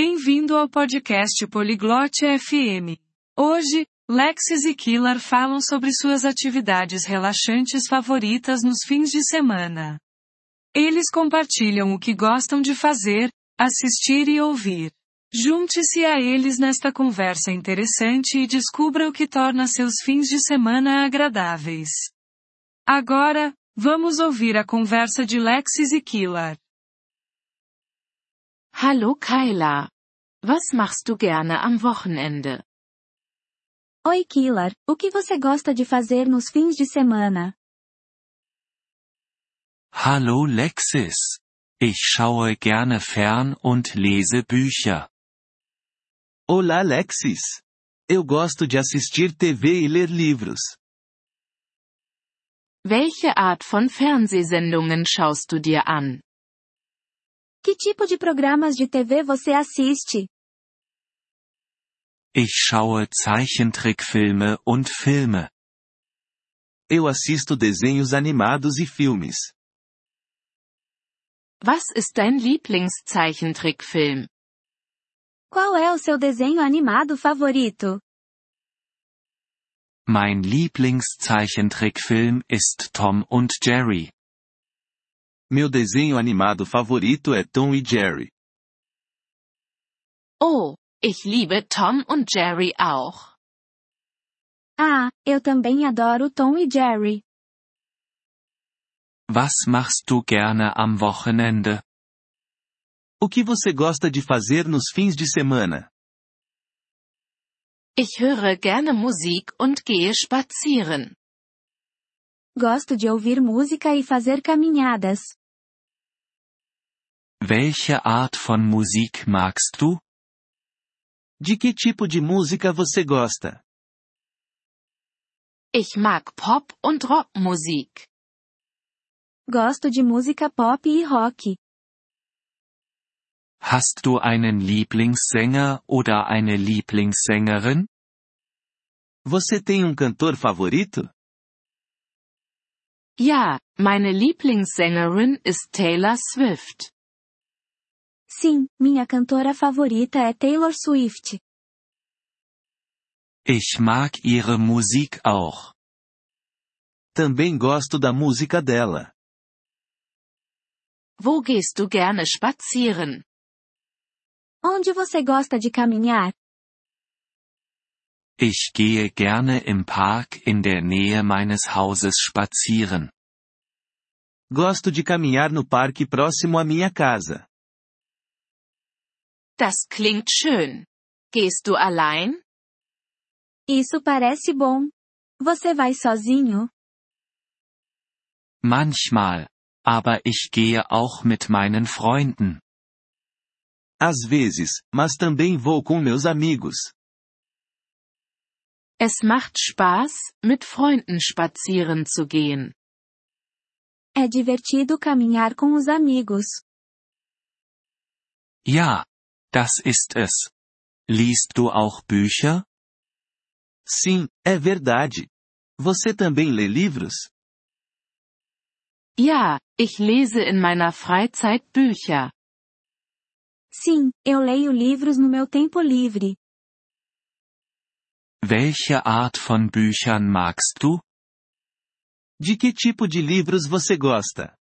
Bem-vindo ao podcast Poliglote FM. Hoje, Lexis e Killer falam sobre suas atividades relaxantes favoritas nos fins de semana. Eles compartilham o que gostam de fazer, assistir e ouvir. Junte-se a eles nesta conversa interessante e descubra o que torna seus fins de semana agradáveis. Agora, vamos ouvir a conversa de Lexis e Killer. Hallo Kyla. Was machst du gerne am Wochenende? Oi Killer, o que você gosta de fazer nos fins de semana? Hallo Lexis. Ich schaue gerne fern und lese Bücher. Olá Lexis. Eu gosto de assistir TV e ler livros. Welche Art von Fernsehsendungen schaust du dir an? Que tipo de programas de TV você assiste? Ich schaue Zeichentrickfilme und Filme. Eu assisto desenhos animados e filmes. Was ist dein Lieblingszeichentrickfilm? Qual é o seu desenho animado favorito? Mein Lieblingszeichentrickfilm ist Tom und Jerry. Meu desenho animado favorito é Tom e Jerry. Oh, ich liebe Tom und Jerry auch. Ah, eu também adoro Tom e Jerry. Was machst du gerne am Wochenende? O que você gosta de fazer nos fins de semana? Ich höre gerne Musik und gehe spazieren. Gosto de ouvir música e fazer caminhadas. Welche Art von Musik magst du? De que tipo de música você gosta? Ich mag Pop- und Rockmusik. Gosto de música pop e rock. Hast du einen Lieblingssänger oder eine Lieblingssängerin? Você tem um cantor favorito? Ja, meine Lieblingssängerin ist Taylor Swift. Sim, minha cantora favorita é Taylor Swift. Ich mag ihre Musik auch. Também gosto da música dela. Wo gehst du gerne spazieren? Onde você gosta de caminhar? Ich gehe gerne im Park in der Nähe meines Hauses spazieren. Gosto de caminhar no parque próximo à minha casa. Das klingt schön. Gehst du allein? Isso parece bom. Você vai sozinho? Manchmal. Aber ich gehe auch mit meinen Freunden. Às vezes, mas também vou com meus amigos. Es macht Spaß, mit Freunden spazieren zu gehen. É divertido caminhar com os amigos. Ja. Das ist es. Liest du auch Bücher? Sim, é verdade. Você também lê livros? Ja, ich lese in meiner Freizeit Bücher. Sim, eu leio livros no meu tempo livre. Welche Art von Büchern magst du? De que tipo de livros você gosta?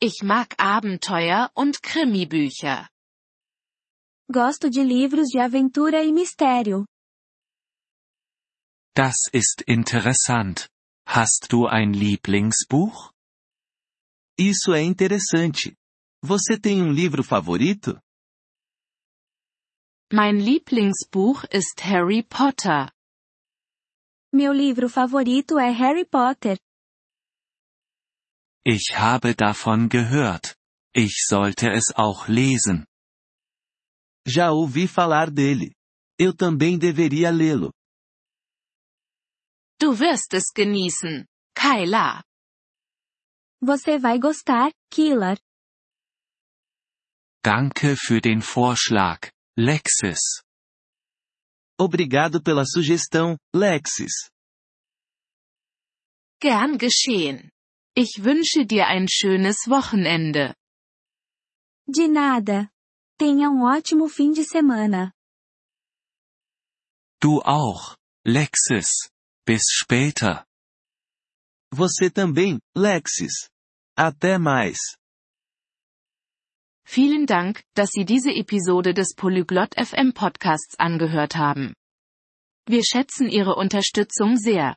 Ich mag Abenteuer und Krimibücher. Gosto de livros de aventura e mistério. Das ist interessant. Hast du ein Lieblingsbuch? Isso é interessante. Você tem um livro favorito? Mein Lieblingsbuch ist Harry Potter. Meu livro favorito é Harry Potter. Ich habe davon gehört. Ich sollte es auch lesen. Já ouvi falar dele. Eu também deveria lê-lo. Du wirst es genießen. Kyla. Você vai gostar, Killer. Danke für den Vorschlag, Lexis. Obrigado pela sugestão, Lexis. Gern geschehen. Ich wünsche dir ein schönes Wochenende. De nada. Tenha um ótimo fim de semana. Du auch, Lexis. Bis später. Você também, Lexis. Até mais. Vielen Dank, dass Sie diese Episode des Polyglot FM Podcasts angehört haben. Wir schätzen Ihre Unterstützung sehr.